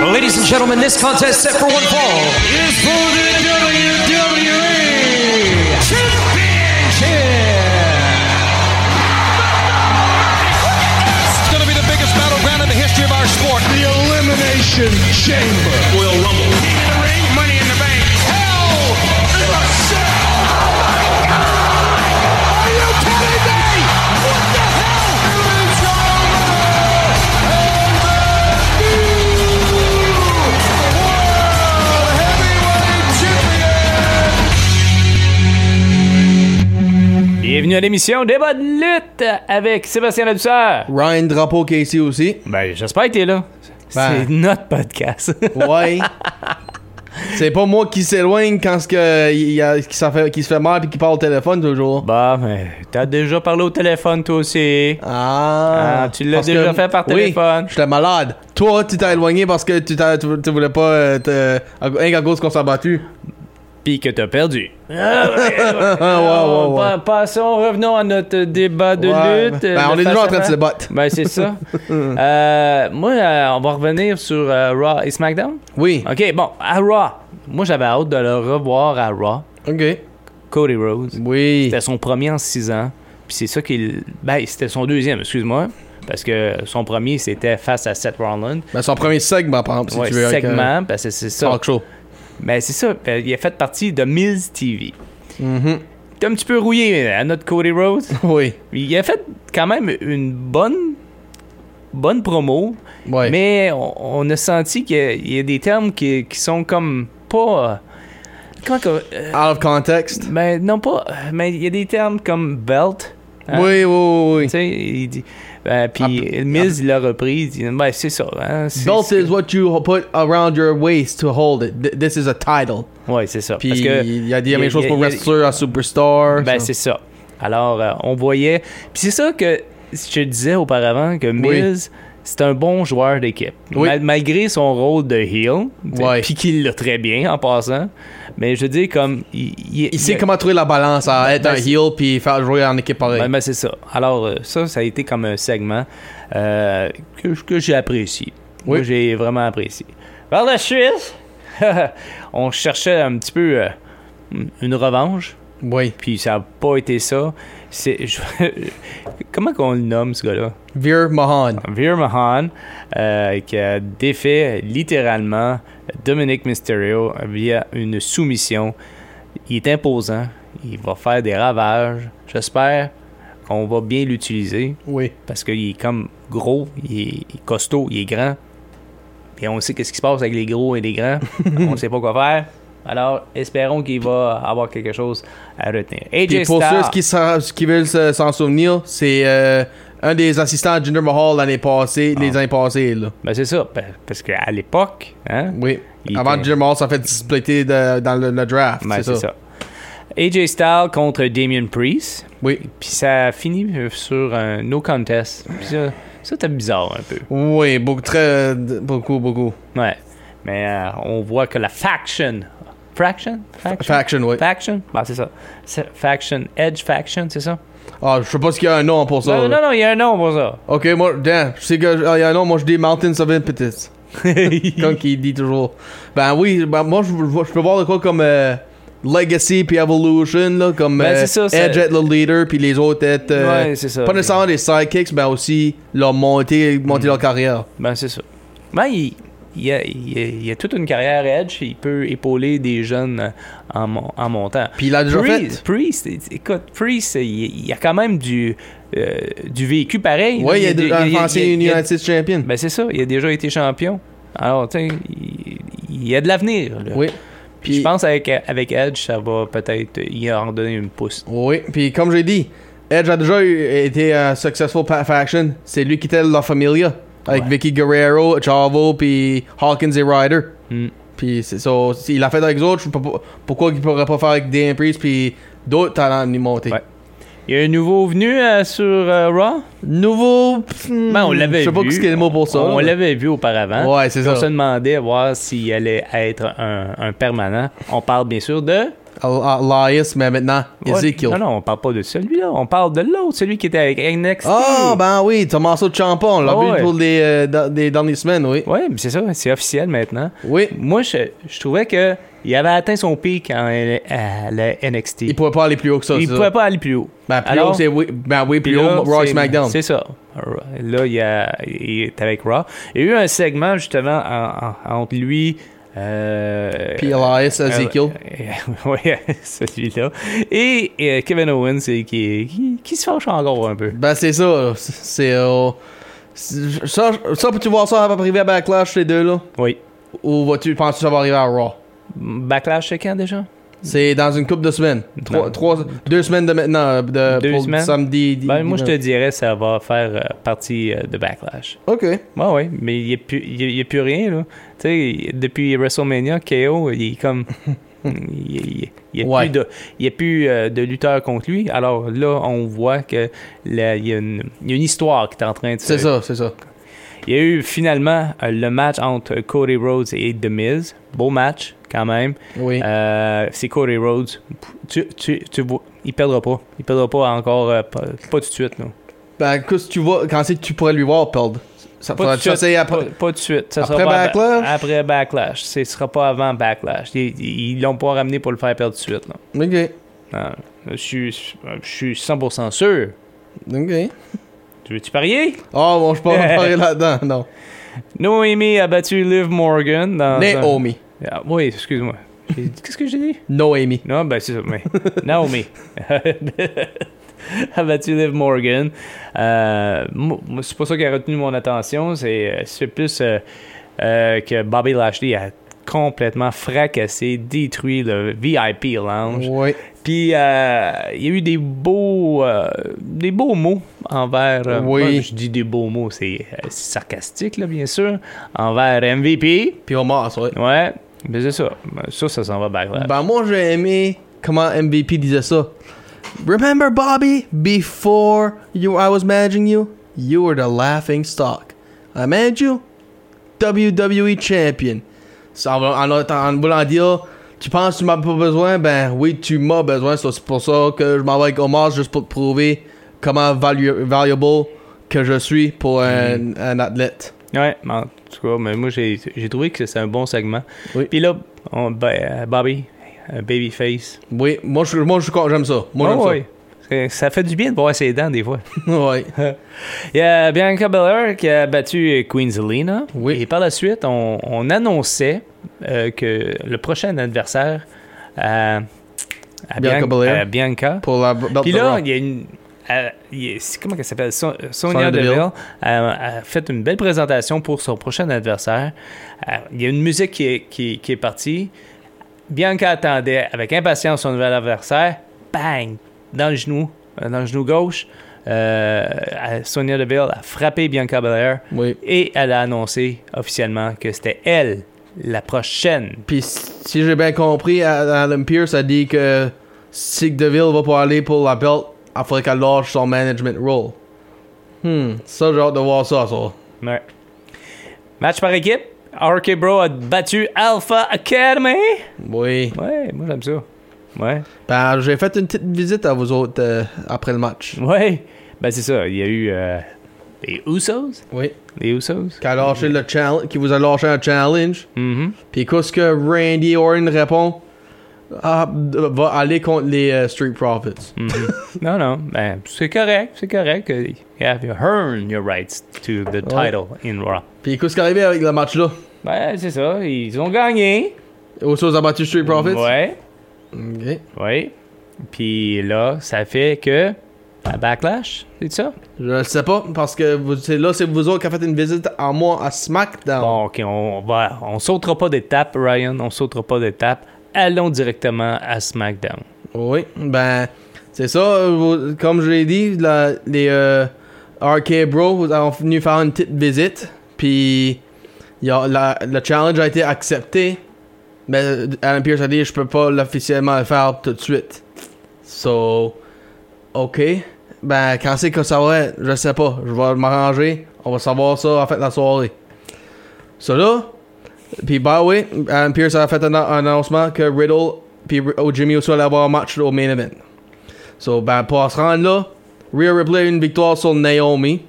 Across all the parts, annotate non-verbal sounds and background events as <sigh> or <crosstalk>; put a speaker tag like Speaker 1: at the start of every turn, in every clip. Speaker 1: Ladies and gentlemen, this contest set for one fall is for the WWE Championship.
Speaker 2: It's going to be the biggest battleground in the history of our sport.
Speaker 3: The Elimination Chamber.
Speaker 4: Royal Rumble.
Speaker 5: King in the ring, money in the bank.
Speaker 2: Hell in a cell. Oh Are you kidding me? What the hell? It's
Speaker 6: Bienvenue à l'émission des bonnes luttes avec Sébastien Ladusseur.
Speaker 7: Ryan Drapeau Casey aussi.
Speaker 6: Ben, j'espère que t'es là.
Speaker 7: Ben.
Speaker 6: C'est notre podcast. <laughs>
Speaker 7: Ouais. C'est pas moi qui s'éloigne quand ce que il y a- qui, s'en fait, qui se fait mal puis qui parle au téléphone toujours.
Speaker 6: bah, mais t'as déjà parlé au téléphone, toi aussi.
Speaker 7: Ah,
Speaker 6: Ah, tu l'as
Speaker 7: Parce
Speaker 6: déjà fait par
Speaker 7: oui,
Speaker 6: téléphone.
Speaker 7: J'étais malade. Toi, tu t'es éloigné parce que tu, t'as- tu, tu voulais pas euh, te. à- Rien qu'à cause qu'on s'est battu.
Speaker 6: Puis que t'as perdu.
Speaker 7: Ah, ouais, ouais, ouais.
Speaker 6: Pa- Passons, revenons à notre débat de
Speaker 7: Ouais.
Speaker 6: lutte.
Speaker 7: Ben,
Speaker 6: Le
Speaker 7: on est
Speaker 6: face
Speaker 7: toujours en train de
Speaker 6: avant.
Speaker 7: se battre.
Speaker 6: <laughs> Ben, c'est
Speaker 7: <laughs>
Speaker 6: ça. Euh, moi, euh, on va revenir sur euh, Raw et SmackDown.
Speaker 7: Oui.
Speaker 6: OK, bon, à Raw. Moi, j'avais hâte de le revoir à Raw.
Speaker 7: Ok.
Speaker 6: Cody Rhodes.
Speaker 7: Oui.
Speaker 6: C'était son premier en 6 ans. Puis c'est ça qu'il. Ben, c'était son deuxième, excuse-moi. Parce que son premier, c'était face à Seth Rollins.
Speaker 7: Ben, son premier segment, par exemple, si
Speaker 6: Ouais,
Speaker 7: tu veux. avec, euh,
Speaker 6: segment, parce que c'est ça.
Speaker 7: talk show.
Speaker 6: Mais c'est ça, ben, il a fait partie de Mills TV. T'es un petit peu rouillé euh, à notre Cody
Speaker 7: <laughs>
Speaker 6: Rhodes.
Speaker 7: Mhm. Oui.
Speaker 6: Il a fait quand même une bonne bonne promo,
Speaker 7: Ouais.
Speaker 6: mais on, on a senti qu'il y a- il y, a des termes qui, qui sont comme pas euh, comment que- euh,
Speaker 7: Out of context.
Speaker 6: ben non pas euh, mais il y a des termes comme belt. hein,
Speaker 7: Oui, oui, oui.
Speaker 6: Tu
Speaker 7: oui.
Speaker 6: sais, il dit ben,
Speaker 7: Ah,
Speaker 6: puis Miz il l'a repris, il dit ben c'est ça. hein, c'est-
Speaker 7: Belt
Speaker 6: c'est-
Speaker 7: is what you put around your waist to hold it. Th- This is a title.
Speaker 6: Ouais, c'est ça
Speaker 7: Puis
Speaker 6: parce que
Speaker 7: il y a dit la
Speaker 6: il-
Speaker 7: même chose
Speaker 6: il-
Speaker 7: pour
Speaker 6: il-
Speaker 7: Wrestler à Superstar.
Speaker 6: Ben,
Speaker 7: ça.
Speaker 6: c'est ça. Alors, euh, on voyait. Puis c'est ça que je disais auparavant que Mills, c'est un bon joueur d'équipe.
Speaker 7: Oui.
Speaker 6: Mal- malgré son rôle de heel, tu sais,
Speaker 7: Ouais.
Speaker 6: puis qu'il l'a très bien en passant. Mais je veux dire, comme. Il, il-
Speaker 7: Il sait
Speaker 6: il-
Speaker 7: comment trouver la balance à être
Speaker 6: Ben,
Speaker 7: un
Speaker 6: c'est-
Speaker 7: heel puis faire jouer en équipe pareil.
Speaker 6: Ben, ben, c'est ça. Alors, euh, ça, ça a été comme un segment euh, que, j- que j'ai apprécié.
Speaker 7: Oui.
Speaker 6: Moi, j'ai vraiment apprécié. Par la suite, <laughs> on cherchait un petit peu euh, une revanche.
Speaker 7: oui.
Speaker 6: puis ça n'a pas été ça. C'est, je- <laughs> comment qu'on le nomme, ce gars-là?
Speaker 7: Veer Mahan.
Speaker 6: Veer Mahan, euh, qui a défait littéralement Dominic Mysterio via une soumission. Il est imposant, il va faire des ravages. J'espère qu'on va bien l'utiliser
Speaker 7: Oui.
Speaker 6: parce qu'il est comme gros, il est il est costaud, il est grand. Et on sait qu'est-ce qui se passe avec les gros et les
Speaker 7: <laughs>
Speaker 6: grands. on ne sait pas quoi faire. Alors, espérons qu'il va avoir quelque chose à retenir.
Speaker 7: Puis
Speaker 6: AJ
Speaker 7: pour
Speaker 6: Styles-
Speaker 7: ceux qui, s'en- qui veulent se- s'en souvenir, c'est euh, un des assistants à Jinder Mahal l'année passée,
Speaker 6: Ah.
Speaker 7: les années passées. Là.
Speaker 6: Ben, c'est ça, ben, parce qu'à l'époque, hein,
Speaker 7: Oui.
Speaker 6: Il
Speaker 7: Avant
Speaker 6: était-
Speaker 7: Jinder Mahal, ça fait splitter de- dans le, le draft.
Speaker 6: ben,
Speaker 7: c'est ça.
Speaker 6: AJ Styles contre Damien Priest,
Speaker 7: Oui.
Speaker 6: puis ça finit euh, sur un no contest. Puis ça, ça c'était bizarre un peu.
Speaker 7: Oui, beaucoup, très, beaucoup, beaucoup.
Speaker 6: Ouais. Mais euh, on voit que la faction. Fraction? Faction?
Speaker 7: Faction, oui.
Speaker 6: Faction? Bah, c'est ça. C'est- Faction. Edge Faction, c'est ça?
Speaker 7: Ah, je sais pas s'il y a un nom pour ça.
Speaker 6: Ben, non,
Speaker 7: là.
Speaker 6: non, non, il y a un nom pour ça.
Speaker 7: Ok, moi, damn, je sais que ah, il y a un nom, moi je dis Mountain
Speaker 6: <laughs>
Speaker 7: Seven Petits. comme qu'il dit toujours. Ben oui, ben moi je, je peux voir de quoi comme euh, Legacy puis Evolution, là, comme
Speaker 6: Ben,
Speaker 7: euh,
Speaker 6: c'est ça, c'est-
Speaker 7: Edge être le leader puis les autres être. euh,
Speaker 6: Ouais, c'est ça.
Speaker 7: Pas nécessairement des sidekicks, mais aussi leur monter, monter leur carrière.
Speaker 6: Ben, c'est ça. Ben, il, il y a, il y a- il y a toute une carrière Edge. Il peut épauler des jeunes euh, en, mon- en montant.
Speaker 7: Puis il l'a déjà
Speaker 6: Priest,
Speaker 7: fait.
Speaker 6: Priest, é- écoute, Priest, il il y a quand même du, euh, du vécu pareil.
Speaker 7: Ouais, il y a
Speaker 6: des-
Speaker 7: des anciens
Speaker 6: il y a-
Speaker 7: United States Champion.
Speaker 6: Ben, c'est ça. Il a déjà été champion. Alors, tu sais, il, il y a de l'avenir. là.
Speaker 7: oui.
Speaker 6: Puis je pense avec avec Edge, ça va peut-être y en donner une pousse.
Speaker 7: Oui, puis comme j'ai dit, Edge a déjà eu- été un successful pa- faction. C'est lui qui était La Familia avec Vicky Guerrero, Chavo, puis Hawkins et Ryder.
Speaker 6: Mm.
Speaker 7: Puis c'est ça. Il l'a fait avec les autres. je sais pas pour- Pourquoi il pourrait pas faire avec Dean Priest puis d'autres talents de monter?
Speaker 6: Ouais. Il y a un nouveau venu euh, sur euh, Raw.
Speaker 7: Nouveau. hmm,
Speaker 6: Ben, on l'avait
Speaker 7: Je sais pas
Speaker 6: vu.
Speaker 7: ce qu'il y a le mot pour ça.
Speaker 6: On
Speaker 7: là.
Speaker 6: l'avait vu auparavant.
Speaker 7: Ouais, c'est
Speaker 6: Puis On
Speaker 7: ça.
Speaker 6: se demandait à voir s'il allait être un, un permanent. On parle bien sûr de
Speaker 7: Al- Elias, mais maintenant,
Speaker 6: Ouais.
Speaker 7: Ezekiel.
Speaker 6: Non, non, on parle pas de celui-là. On parle de l'autre, celui qui était avec NXT.
Speaker 7: Ah, ben oui, Tommaso Ciampa, on l'a
Speaker 6: Ah
Speaker 7: vu
Speaker 6: ouais.
Speaker 7: pour les, euh, dans- des dernières semaines, oui.
Speaker 6: Ouais, mais c'est ça, c'est officiel maintenant.
Speaker 7: Oui,
Speaker 6: Moi, je, je trouvais que il avait atteint son pic en, à la NXT.
Speaker 7: il pouvait pas aller plus haut que ça.
Speaker 6: Il
Speaker 7: c'est
Speaker 6: pouvait
Speaker 7: ça.
Speaker 6: pas aller plus haut.
Speaker 7: Ben, plus
Speaker 6: Alors,
Speaker 7: haut, c'est oui, ben, oui,
Speaker 6: puis
Speaker 7: plus
Speaker 6: là,
Speaker 7: haut, Raw et
Speaker 6: c'est-
Speaker 7: SmackDown.
Speaker 6: C'est ça. Là, il, y a, il est avec Raw. Il y a eu un segment, justement, en- en- entre lui. Euh,
Speaker 7: Puis Elias, Ezekiel.
Speaker 6: <laughs> oui, celui-là. Et euh, Kevin Owens et qui, qui, qui se fâche encore un peu.
Speaker 7: Ben, c'est ça. C'est. c'est, euh, c'est- ça, ça, peux-tu voir ça avant d'arriver à Backlash, les deux, là
Speaker 6: Oui.
Speaker 7: Ou vas-tu, penses-tu que ça va arriver à Raw
Speaker 6: Backlash, c'est quand déjà
Speaker 7: C'est dans une couple de semaines. Trois,
Speaker 6: Non.
Speaker 7: trois, deux semaines de maintenant, euh, de,
Speaker 6: Ben, Deux
Speaker 7: pour
Speaker 6: semaines?
Speaker 7: samedi. di-
Speaker 6: ben, Moi, je te
Speaker 7: dimanche.
Speaker 6: dirais ça va faire euh, partie euh, de Backlash.
Speaker 7: Ok.
Speaker 6: Ouais, ouais, mais il n'y a, plus- il y a- il y a plus rien, là. Tu sais, depuis WrestleMania, KO, il est
Speaker 7: <laughs>
Speaker 6: comme. Il n'y a,
Speaker 7: Ouais.
Speaker 6: plus, de, il y a plus euh, de lutteurs contre lui. Alors là, on voit que la- il y, a une il y a une histoire qui est en train de se.
Speaker 7: C'est ça, c'est ça.
Speaker 6: Il y a eu finalement euh, le match entre Cody Rhodes et The Miz. Beau match, quand même.
Speaker 7: Oui.
Speaker 6: Euh, c'est Cody Rhodes. Tu, tu, tu vois, il perdra pas. Il perdra pas encore, euh, pas, pas tout de suite. Là.
Speaker 7: Ben, écoute, tu vois, quand c'est que tu pourrais lui voir perdre Ça
Speaker 6: Pas
Speaker 7: faudrait
Speaker 6: tout de
Speaker 7: chasser
Speaker 6: suite.
Speaker 7: après.
Speaker 6: Pas, pas de suite. Ça
Speaker 7: Après
Speaker 6: sera pas av-
Speaker 7: Backlash?
Speaker 6: Après Backlash. Ce sera pas avant Backlash. Ils- Ils ils l'ont pas ramené pour le faire perdre tout de suite. là.
Speaker 7: Ok.
Speaker 6: Non. Je suis je suis 100% sûr.
Speaker 7: Ok.
Speaker 6: Tu veux-tu parier?
Speaker 7: Oh, bon,
Speaker 6: <laughs>
Speaker 7: je peux pas parler là-dedans, non.
Speaker 6: Noémie a battu Liv Morgan dans. un-
Speaker 7: Naomi.
Speaker 6: Ah, oui, excuse-moi. J'ai- Qu'est-ce que j'ai dit?
Speaker 7: Noémie.
Speaker 6: Non, ben c'est ça. Mais... Naomi. <laughs> a battu Liv Morgan. Euh, moi, moi, c'est pas ça qui a retenu mon attention. C'est euh, c'est plus euh, euh, que Bobby Lashley a complètement fracassé, détruit le VIP lounge.
Speaker 7: Oui.
Speaker 6: Puis euh, il y a eu des beaux, euh, des beaux mots envers. euh,
Speaker 7: Oui.
Speaker 6: moi, je dis des beaux mots, c'est euh, c'est sarcastique là, bien sûr. Envers MVP.
Speaker 7: Puis Omar, ouais.
Speaker 6: Ouais. Mais c'est ça. Ça, ça s'en va backlash.
Speaker 7: Ben, moi, j'ai aimé comment MVP disait ça. Remember, Bobby, before you, I was managing you, you were the laughing stock. I managed you, WWE champion. Ça, en, en, en- en voulant dire, tu penses que tu m'as pas besoin? Ben oui, tu m'as besoin. ça, C'est pour ça que je m'en vais avec Omar juste pour te prouver comment valu- valuable que je suis pour un, un athlète.
Speaker 6: Ouais, mais en tout cas, mais moi j'ai j'ai trouvé que c'est un bon segment.
Speaker 7: Oui.
Speaker 6: Puis là, on, ben, euh, Bobby, euh, Babyface.
Speaker 7: Oui, moi, je, moi, je, j'aime ça. Moi, j'aime
Speaker 6: Ouais,
Speaker 7: <laughs>
Speaker 6: ouais. C'est- Ça fait du bien de voir ses dents des fois. <laughs>
Speaker 7: ça. ouais.
Speaker 6: Il y a Bianca Belair qui a battu Queen Zelina.
Speaker 7: Oui.
Speaker 6: Et par la suite, on, on annonçait euh, que le prochain adversaire à, à
Speaker 7: Bianca
Speaker 6: Bian-
Speaker 7: Belair.
Speaker 6: à Bianca.
Speaker 7: Pour la belt
Speaker 6: Puis
Speaker 7: de
Speaker 6: là,
Speaker 7: Raw.
Speaker 6: il y a une. euh, il y a- c'est- comment elle s'appelle So- euh,
Speaker 7: Sonya
Speaker 6: Sonia
Speaker 7: Deville.
Speaker 6: Deville euh, a, fait une belle présentation pour son prochain adversaire. Euh, Il y a une musique qui est, qui, qui est partie. Bianca attendait avec impatience son nouvel adversaire. Bang Dans le genou, euh, dans le genou gauche. Euh, euh, Sonia Deville a frappé Bianca Belair
Speaker 7: Oui.
Speaker 6: et elle a annoncé officiellement que c'était elle la prochaine.
Speaker 7: Puis si j'ai bien compris, Adam Pierce a dit que si Deville va pas aller pour la belt, il faudrait qu'elle lâche son management role. Hmm, ça j'ai hâte de voir ça, ça.
Speaker 6: Ouais. Match par équipe. RK Bro a battu Alpha Academy.
Speaker 7: Oui.
Speaker 6: Ouais, moi j'aime ça. Ouais.
Speaker 7: Ben, j'ai fait une petite visite à vous autres euh, après le match.
Speaker 6: Ouais. Ben c'est ça, il y a eu euh, les Usos.
Speaker 7: Oui.
Speaker 6: Les Usos.
Speaker 7: Qui a lâché le challenge, qui vous a lâché un challenge.
Speaker 6: Mhm.
Speaker 7: Puis qu'est-ce que Randy Orton répond? Ah, va aller contre les euh, Street Profits.
Speaker 6: Non, non, ben c'est correct, c'est correct. Euh, You have earned your rights to the title in Raw.
Speaker 7: Puis qu'est-ce qui est arrivé avec le match là?
Speaker 6: Ben c'est ça, ils ont gagné.
Speaker 7: Usos a battu Street Profits?
Speaker 6: Ouais,
Speaker 7: Ok.
Speaker 6: ouais. Puis là, ça fait que... à Backlash, c'est ça?
Speaker 7: Je le sais pas, parce que vous- c'est là, c'est vous autres qui avez fait une visite à moi à SmackDown.
Speaker 6: Bon, ok, on va, on sautera pas d'étape, Ryan, on sautera pas d'étape. Allons directement à SmackDown.
Speaker 7: Oui, ben, c'est ça. euh, vous- comme je l'ai dit, la- les euh, RK Bro vous ont venu faire une petite visite, puis y a- la- le challenge a été accepté, mais euh, Alan Pierce a dit je peux pas l'officiellement le faire tout de suite. So, ok. Ben, quand c'est que ça va être, je sais pas. Je vais m'arranger. On va savoir ça en fait la soirée. So là, puis bah oui, Alan Pierce a fait un, un annoncement que Riddle Puis oh, Jimmy Uso allait avoir un match au main event. So, ben, pour se rendre là, Rhea Ripley a eu une victoire sur Naomi.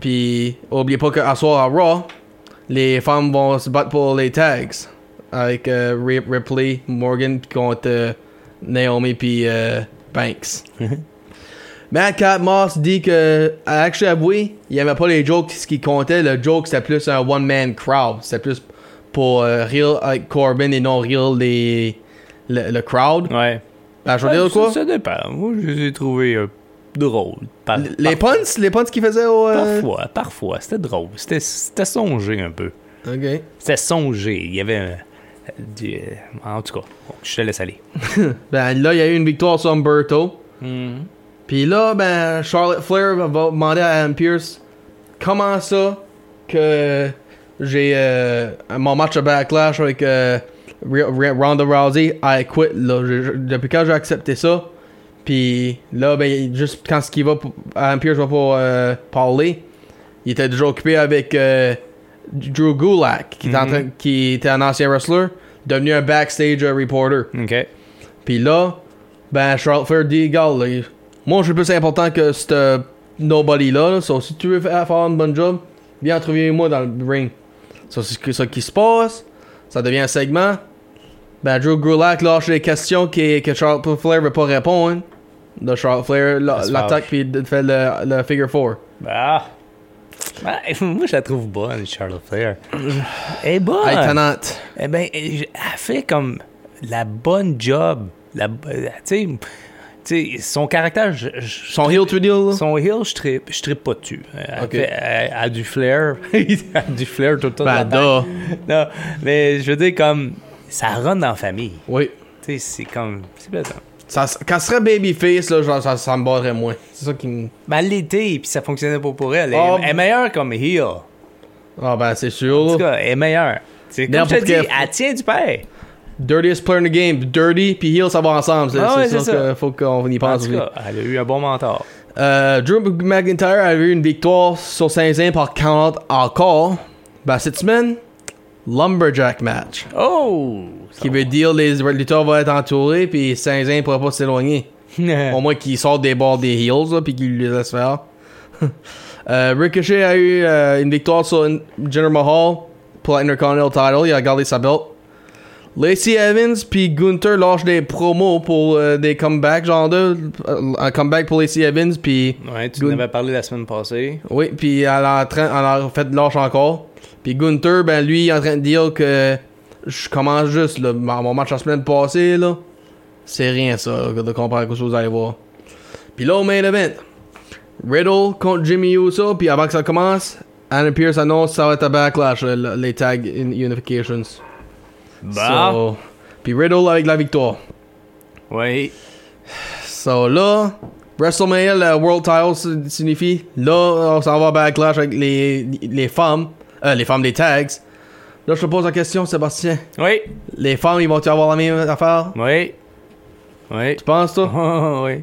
Speaker 7: Puis, oubliez pas qu'à soir à Raw, les femmes vont se battre pour les tags. Avec euh, Rhea Ripley, Morgan, puis contre euh, Naomi, puis euh, Banks. Madcap Moss dit que, à actually avoué, il aimait pas les jokes. Ce qui comptait, le joke, c'était plus un one-man crowd. C'était plus pour euh, real avec Corbin et non real les, le, le crowd.
Speaker 6: Ouais.
Speaker 7: Ben, je veux
Speaker 6: Ouais,
Speaker 7: dire
Speaker 6: Euh, ça,
Speaker 7: quoi?
Speaker 6: ça dépend. Moi, je les ai trouvés euh, drôles. Par-
Speaker 7: Les
Speaker 6: par-
Speaker 7: punts, les punts qu'il faisait au. euh,
Speaker 6: Parfois, parfois. C'était drôle. C'était c'était songé un peu.
Speaker 7: Ok.
Speaker 6: C'était songé. Il y avait un- du- euh, En tout cas, bon, je te laisse aller.
Speaker 7: Ben là, il y a eu une victoire sur Humberto. Puis là, ben, Charlotte Flair va va demander à Adam Pierce comment ça que j'ai euh, mon match à Backlash avec euh, R- R- Ronda Rousey, I quit. Là. Je- je- depuis quand j'ai accepté ça? Puis là, ben, juste quand ce qu'il va, pour- Adam Pierce va pour euh, parler, il était déjà occupé avec euh, Drew Gulak, qui, était en train- qui était un ancien wrestler, devenu un backstage euh, reporter.
Speaker 6: OK.
Speaker 7: Puis là, ben Charlotte Flair dit égal. là, Moi, je suis plus important que ce nobody-là. Là. So, si tu veux faire, faire un bon job, viens trouver moi dans le ring. So, c'est ce que- ça qui se passe. Ça devient un segment. Ben, Drew Gulak lâche les questions qui, que Charlotte Flair veut pas répondre. Là, Charlotte Flair la-
Speaker 6: Ça se
Speaker 7: l'attaque
Speaker 6: fâche.
Speaker 7: puis d- fait le, le figure 4.
Speaker 6: Ah. Ah, <laughs> moi, je la trouve bonne, Charlotte
Speaker 7: <clears throat>
Speaker 6: Flair. Elle est bonne.
Speaker 7: I cannot.
Speaker 6: Eh ben, elle elle fait comme la bonne job. La, bo- tu sais, tu sais, son caractère, je- je-
Speaker 7: Son heel to deal. là.
Speaker 6: son heel, je trippe, je trippe pas dessus. Elle,
Speaker 7: Ok.
Speaker 6: fait- elle- elle a du flair, <laughs> elle a du flair tout le temps.
Speaker 7: Ben, da.
Speaker 6: Non, mais je veux dire comme ça run en famille.
Speaker 7: Oui.
Speaker 6: Tu sais, c'est comme c'est plaisant.
Speaker 7: Ça, quand ce serait Babyface, là, genre, ça, ça me barrerait moins. C'est ça qui me.
Speaker 6: Mais Ben, elle l'était, puis ça fonctionnait pas pour elle. Elle,
Speaker 7: Oh.
Speaker 6: elle est meilleure comme heel. En
Speaker 7: Ah, ben, c'est sûr. là.
Speaker 6: tout cas, elle est meilleure. C'est comme
Speaker 7: N'importe
Speaker 6: je te dis,
Speaker 7: quel-
Speaker 6: elle tient du père.
Speaker 7: Dirtiest player in the game, dirty puis heel, ça va ensemble. C'est
Speaker 6: Ah ouais,
Speaker 7: c'est
Speaker 6: c'est
Speaker 7: ça,
Speaker 6: ça.
Speaker 7: qu'il faut qu'on y
Speaker 6: En
Speaker 7: pense.
Speaker 6: tout
Speaker 7: oui.
Speaker 6: cas, elle a eu un bon mentor.
Speaker 7: Euh, Drew McIntyre a eu une victoire sur Saint-Zin par count encore. Ben, cette semaine, Lumberjack match.
Speaker 6: Oh!
Speaker 7: Qui veut dire les lutteurs vont être entourés puis Saint-Zin ne pourra pas s'éloigner.
Speaker 6: <laughs>
Speaker 7: Au moins qu'il sorte des bords des heels là, puis qu'il les laisse faire. <laughs> Euh, Ricochet a eu euh, une victoire sur In- Jinder Mahal pour la Intercontinental Title. Il a gardé sa belt. Lacey Evans puis Gunther lâchent des promos pour euh, des comebacks, genre de, euh, un comeback pour Lacey Evans puis
Speaker 6: Ouais, tu
Speaker 7: Good.
Speaker 6: en avais parlé la semaine passée.
Speaker 7: oui, puis elle en train, elle en fait lâche encore. Puis Gunther, ben lui, il est en train de dire que je commence juste là, mon mon match la semaine passée là. C'est rien ça de comparer à quelque chose à aller voir. Puis là au main event, Riddle contre Jimmy Uso, puis avant que ça commence, Anna Pierce annonce que ça va être à backlash euh, le- les tag in- unifications.
Speaker 6: Bah.
Speaker 7: So, puis Riddle avec la victoire.
Speaker 6: Oui.
Speaker 7: So là, WrestleMania, le World Title si- signifie là, on s'en va à Backlash avec les, les femmes, euh, les femmes des tags. Là, je te pose la question, Sébastien.
Speaker 6: Oui.
Speaker 7: Les femmes, ils vont-tu avoir la même affaire
Speaker 6: Oui. Oui. <laughs>
Speaker 7: Tu penses, toi
Speaker 6: Ah, oui.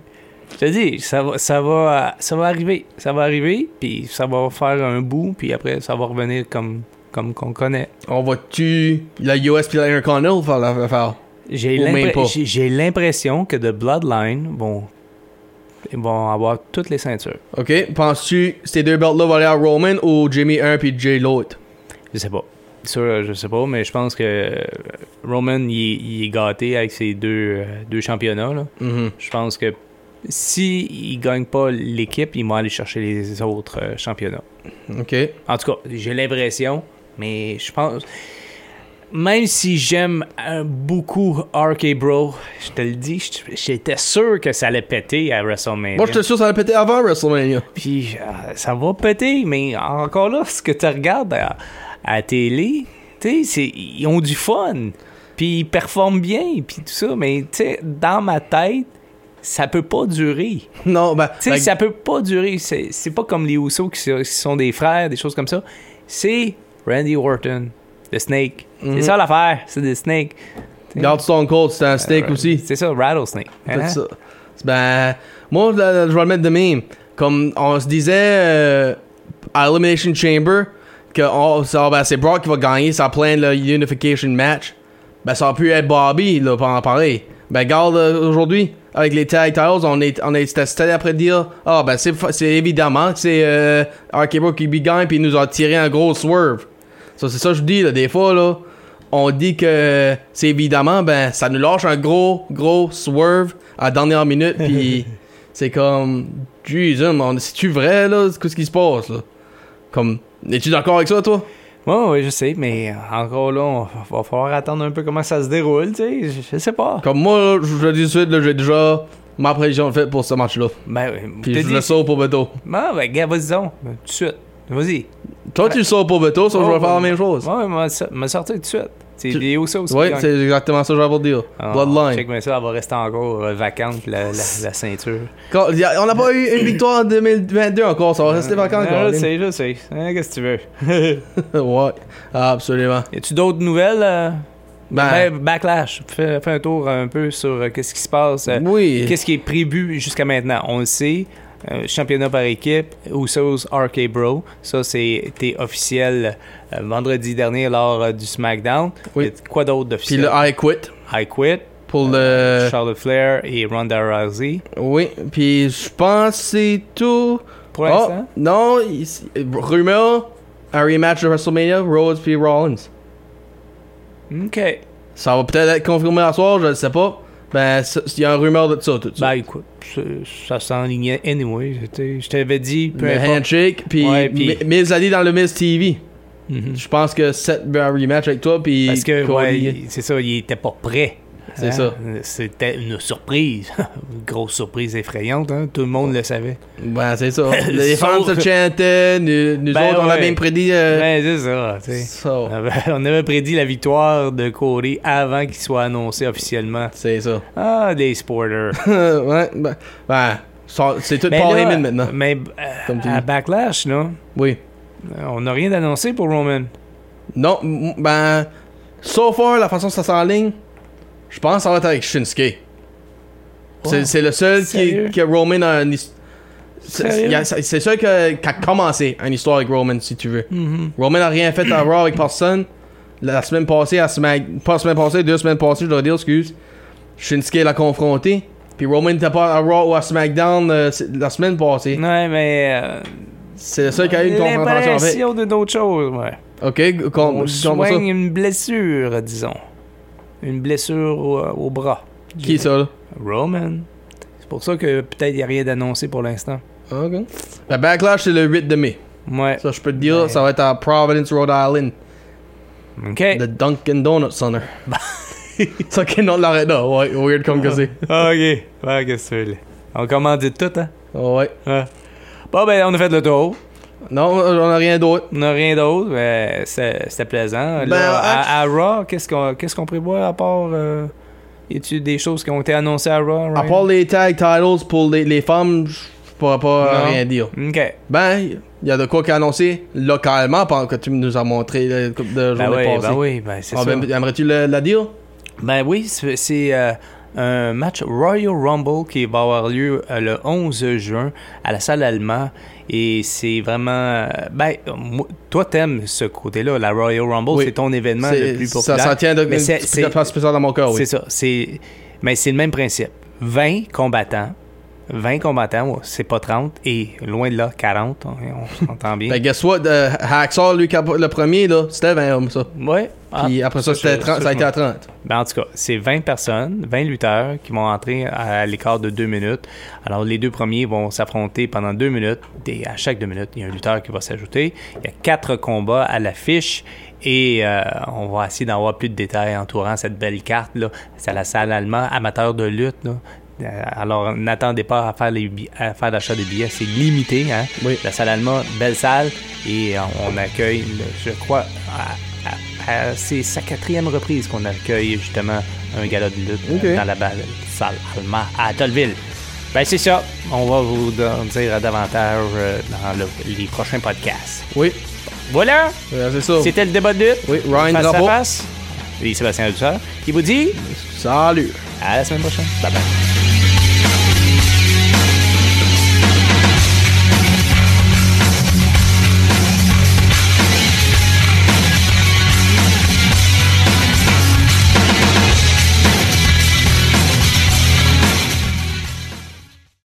Speaker 6: Je te dis, ça va, ça va, ça va arriver. Ça va arriver, puis ça va faire un bout, puis après, ça va revenir comme comme qu'on connaît.
Speaker 7: On va-tu la US puis la Intercontinental faire la- l'affaire
Speaker 6: J'ai
Speaker 7: Ou même
Speaker 6: l'impre-
Speaker 7: pas.
Speaker 6: j'ai- j'ai l'impression que The Bloodline vont, vont avoir toutes les ceintures.
Speaker 7: Ok, penses-tu ces deux belts-là vont aller à Roman ou Jimmy 1 puis Jay l'autre
Speaker 6: Je sais pas. Sûr, je sais pas, mais je pense que euh, Roman, il, est- il est gâté avec ses deux, euh, deux championnats. là.
Speaker 7: Mhm.
Speaker 6: Je pense que si il gagne pas l'équipe, ils vont aller chercher les autres euh, championnats.
Speaker 7: Ok.
Speaker 6: En tout cas, j'ai l'impression, mais je pense. Même si j'aime euh, beaucoup RK Bro, je te le dis, je- j'étais sûr que ça allait péter à WrestleMania.
Speaker 7: Moi, j'étais sûr que ça allait péter avant WrestleMania. <laughs>
Speaker 6: Puis euh, ça va péter, mais encore là, ce que tu regardes à, à la télé, tu sais, c'est- ils ont du fun, puis ils performent bien, puis tout ça, mais tu sais, dans ma tête, ça peut pas durer.
Speaker 7: Non, ben.
Speaker 6: Tu sais,
Speaker 7: la-
Speaker 6: ça peut pas durer. C'est c'est pas comme les Usos qui, se- qui sont des frères, des choses comme ça. C'est Randy Orton, The Snake. C'est ça l'affaire, c'est des Snake.
Speaker 7: Mhm.
Speaker 6: Euh,
Speaker 7: Garde Stone Cold, c'était un
Speaker 6: Eh,
Speaker 7: steak aussi.
Speaker 6: C'est ça, Rattlesnake.
Speaker 7: Tout
Speaker 6: Hein?
Speaker 7: ça. Ben, moi, là, là, je vais le mettre de même. Comme on se disait euh, à Elimination oh, Chamber, que on- ça, ben, c'est Brock qui va gagner, ça plein le Unification Match. ben ça aurait pu être Bobby, là, pendant parler. Ben, garde euh, aujourd'hui, avec les tag titles, on est, on est c'était- c'était après dire, ah, ben, c'est, fa- c'est évidemment que c'est euh, RK-Bro qui gagne, puis il nous a tiré un gros swerve. Ça, c'est ça que je dis, là, des fois, là. On dit que c'est évidemment, ben, ça nous lâche un gros, gros swerve à la dernière
Speaker 6: <laughs>
Speaker 7: minute, puis c'est comme, Jesus, man, c'est-tu vrai, là? Qu'est-ce qui se passe, là? Comme, es-tu d'accord avec ça, toi?
Speaker 6: Ouais, ouais, je sais, mais encore là, on va falloir attendre un peu comment ça se déroule, tu sais. Je, je sais pas.
Speaker 7: Comme moi, là, je vous le dis tout de suite, là, j'ai déjà ma prévision faite pour ce match-là.
Speaker 6: Ben, ouais,
Speaker 7: Puis
Speaker 6: t'as
Speaker 7: je le
Speaker 6: dit-
Speaker 7: sauve pour Beto.
Speaker 6: Ah, ben, gars, vas-y donc. Tout de suite. Vas-y.
Speaker 7: Toi, tu le sauves pour Beto, ça, je vais
Speaker 6: Oh,
Speaker 7: faire la
Speaker 6: ouais.
Speaker 7: même chose.
Speaker 6: Ouais, m'a so- m'a sorti tout de suite. C'est
Speaker 7: Tu-
Speaker 6: vidéo ça aussi.
Speaker 7: Ouais,
Speaker 6: gang.
Speaker 7: c'est exactement ça que j'avais pour dire.
Speaker 6: Ah, Check
Speaker 7: Bloodline.
Speaker 6: bien ça, elle va rester encore euh, vacante, la, la, la ceinture.
Speaker 7: Quand- y a- on n'a pas eu une victoire en 2022 encore, ça va rester vacant
Speaker 6: Ah,
Speaker 7: encore.
Speaker 6: je sais, je sais. Hein, Qu'est-ce que tu veux?
Speaker 7: Euh, ouais, absolument.
Speaker 6: y a-tu d'autres nouvelles? euh?
Speaker 7: Ben,
Speaker 6: Ben, backlash. Fais, fais un tour un peu sur euh, qu'est-ce qui se passe. euh,
Speaker 7: oui.
Speaker 6: Qu'est-ce qui est prévu jusqu'à maintenant? On le sait. euh, championnat par équipe, Usos RK Bro. Ça, c'était officiel euh, vendredi dernier lors euh, du SmackDown.
Speaker 7: Oui.
Speaker 6: Y a Quoi d'autre
Speaker 7: Puis ah.
Speaker 6: d'officiel?
Speaker 7: Euh. le I quit
Speaker 6: I Quit,
Speaker 7: pour le.
Speaker 6: Charlotte Flair et Ronda Rousey.
Speaker 7: Oui, puis je pense que c'est tout.
Speaker 6: Pour
Speaker 7: Oh,
Speaker 6: l'instant?
Speaker 7: non, il- rumeur, un rematch de WrestleMania, Rhodes puis Rollins.
Speaker 6: OK.
Speaker 7: Ça va peut-être être confirmé à soir, je ne sais pas. Ben, ça- il y a une rumeur de ça tout de suite.
Speaker 6: Ben écoute, ça, ça s'enlignait anyway. tu sais, Je t'avais dit, peu
Speaker 7: le
Speaker 6: importe.
Speaker 7: handshake, puis
Speaker 6: Ouais, puis-
Speaker 7: Mi- Miz a dit dans le Miz TV.
Speaker 6: Mhm.
Speaker 7: Je pense que Seth veut un rematch avec toi, puis
Speaker 6: Parce que,
Speaker 7: Cody-
Speaker 6: ouais, il- c'est ça, il était pas prêt.
Speaker 7: C'est
Speaker 6: Hein?
Speaker 7: ça.
Speaker 6: C'était une surprise. <laughs> une grosse surprise effrayante, hein? Tout le monde le savait.
Speaker 7: Ben, c'est ça.
Speaker 6: <laughs>
Speaker 7: Les
Speaker 6: Sauf-
Speaker 7: fans se chantaient, nous, nous
Speaker 6: Ben
Speaker 7: autres, on a
Speaker 6: ouais.
Speaker 7: même prédit. euh, oh.
Speaker 6: Ben, c'est ça, tu sais.
Speaker 7: ça.
Speaker 6: On avait- <laughs> On avait prédit la victoire de Corey avant qu'il soit annoncé officiellement.
Speaker 7: C'est ça.
Speaker 6: Ah, des spoilers.
Speaker 7: <laughs> ouais, ben, ben, ça- c'est tout
Speaker 6: Mais
Speaker 7: Paul
Speaker 6: là,
Speaker 7: Heyman maintenant.
Speaker 6: Mais
Speaker 7: Comme tu
Speaker 6: euh, à
Speaker 7: dis.
Speaker 6: Backlash, là,
Speaker 7: Oui.
Speaker 6: on n'a rien d'annoncé pour Roman.
Speaker 7: Non, m- ben, so far, la façon dont ça s'enligne, je pense que ça va être avec Shinsuke. C'est-
Speaker 6: Wow.
Speaker 7: C'est le seul
Speaker 6: Sérieux?
Speaker 7: qui, que Roman a une his-
Speaker 6: Sérieux?
Speaker 7: C'est y a- c'est- c'est sûr que- qu'a commencé une histoire avec Roman, si tu veux. Roman n'a rien fait à Raw avec personne. La semaine passée, à Smack- pas la semaine passée, deux semaines passées, je dois dire, excuse. Shinsuke l'a confronté. Puis Roman n'était pas à Raw ou à SmackDown euh, c'est- la semaine passée.
Speaker 6: Ouais, mais. euh,
Speaker 7: C'est le seul qui a eu une confrontation avec.
Speaker 6: L'impression de d'autres choses, ouais.
Speaker 7: Ok, com-
Speaker 6: On
Speaker 7: com- com- ça.
Speaker 6: soigne une blessure, disons. Une blessure au, au bras.
Speaker 7: Qui est ça là?
Speaker 6: Roman. C'est pour ça que peut-être il n'y a rien d'annoncé pour l'instant.
Speaker 7: Ok. La backlash, c'est le 8 de mai.
Speaker 6: Ouais.
Speaker 7: Ça, je peux te dire, ça va être à Providence, Rhode Island.
Speaker 6: OK.
Speaker 7: Le Dunkin'
Speaker 6: <laughs>
Speaker 7: Donuts Center. ça, qui est notre l'arena. Ouais, weird comme que c'est.
Speaker 6: OK. Ouais, qu'est-ce que tu veux, là? On commandit tout, hein?
Speaker 7: Ouais.
Speaker 6: Ouais. Bon, ben, on a fait le tour.
Speaker 7: Non, on a rien d'autre.
Speaker 6: On n'a rien d'autre. mais c'est- C'était plaisant. Là,
Speaker 7: Ben,
Speaker 6: à, à Raw, qu'est-ce qu'on qu'est-ce qu'on prévoit à part. euh, y a-tu des choses qui ont été annoncées à Raw?
Speaker 7: À
Speaker 6: Ryan?
Speaker 7: part les tag titles pour les, les femmes, je pourrais pas
Speaker 6: Non.
Speaker 7: rien dire.
Speaker 6: OK.
Speaker 7: Ben, il y a de quoi qu'annoncer localement pendant que tu nous as montré la couple de
Speaker 6: Ben
Speaker 7: journée
Speaker 6: oui,
Speaker 7: passée.
Speaker 6: ben oui, ben c'est
Speaker 7: Ah,
Speaker 6: ça.
Speaker 7: ben, Aimerais-tu le- la dire?
Speaker 6: Ben oui, c'est c'est, euh, un match Royal Rumble qui va avoir lieu euh, le 11 juin à la salle Allemand. Et c'est vraiment. euh, Ben, moi- toi, t'aimes ce côté-là. La Royal Rumble,
Speaker 7: Oui.
Speaker 6: c'est ton événement
Speaker 7: C'est-
Speaker 6: le plus
Speaker 7: ça
Speaker 6: populaire.
Speaker 7: s'en tient de
Speaker 6: Mais c'est-
Speaker 7: c'est
Speaker 6: c'est-
Speaker 7: place spéciale dans mon cœur, oui.
Speaker 6: c'est ça. C'est, mais c'est le même principe. 20 combattants. 20 combattants, ouais, c'est pas 30. Et loin de là, 40. On, on s'entend bien.
Speaker 7: Ben, guess what? euh, Hacksaw, lui, qui a- le premier, là, c'était 20 hommes, ça.
Speaker 6: ouais. Ah,
Speaker 7: Puis après ça, c'était
Speaker 6: je-
Speaker 7: 30, ça a
Speaker 6: je
Speaker 7: été à 30.
Speaker 6: Ben, en tout cas, c'est 20 personnes, 20 lutteurs qui vont entrer à l'écart de 2 minutes. Alors, les deux premiers vont s'affronter pendant 2 minutes. Et à chaque 2 minutes, il y a un lutteur qui va s'ajouter. Il y a 4 combats à l'affiche. Et euh, on va essayer d'en avoir plus de détails entourant cette belle carte. là. C'est à la salle allemande, amateur de lutte. là. Euh, Alors, n'attendez pas à faire, les bi- à faire l'achat des billets. C'est limité. Hein?
Speaker 7: Oui.
Speaker 6: La salle allemande, belle salle. Et euh, on accueille, le- je crois, à- à- à- c'est sa quatrième reprise qu'on accueille justement un gala de lutte euh,
Speaker 7: Ok.
Speaker 6: dans la balle- salle allemande à Tolville. Ben c'est ça, on va vous en dire davantage euh, dans le- les prochains podcasts.
Speaker 7: Oui,
Speaker 6: Voilà,
Speaker 7: euh, c'est ça.
Speaker 6: c'était le débat de lutte.
Speaker 7: Oui, Ryan
Speaker 6: face à
Speaker 7: Drapeau.
Speaker 6: face. Et Sébastien Dussard qui vous dit
Speaker 7: Salut.
Speaker 6: à la semaine prochaine. Bye bye.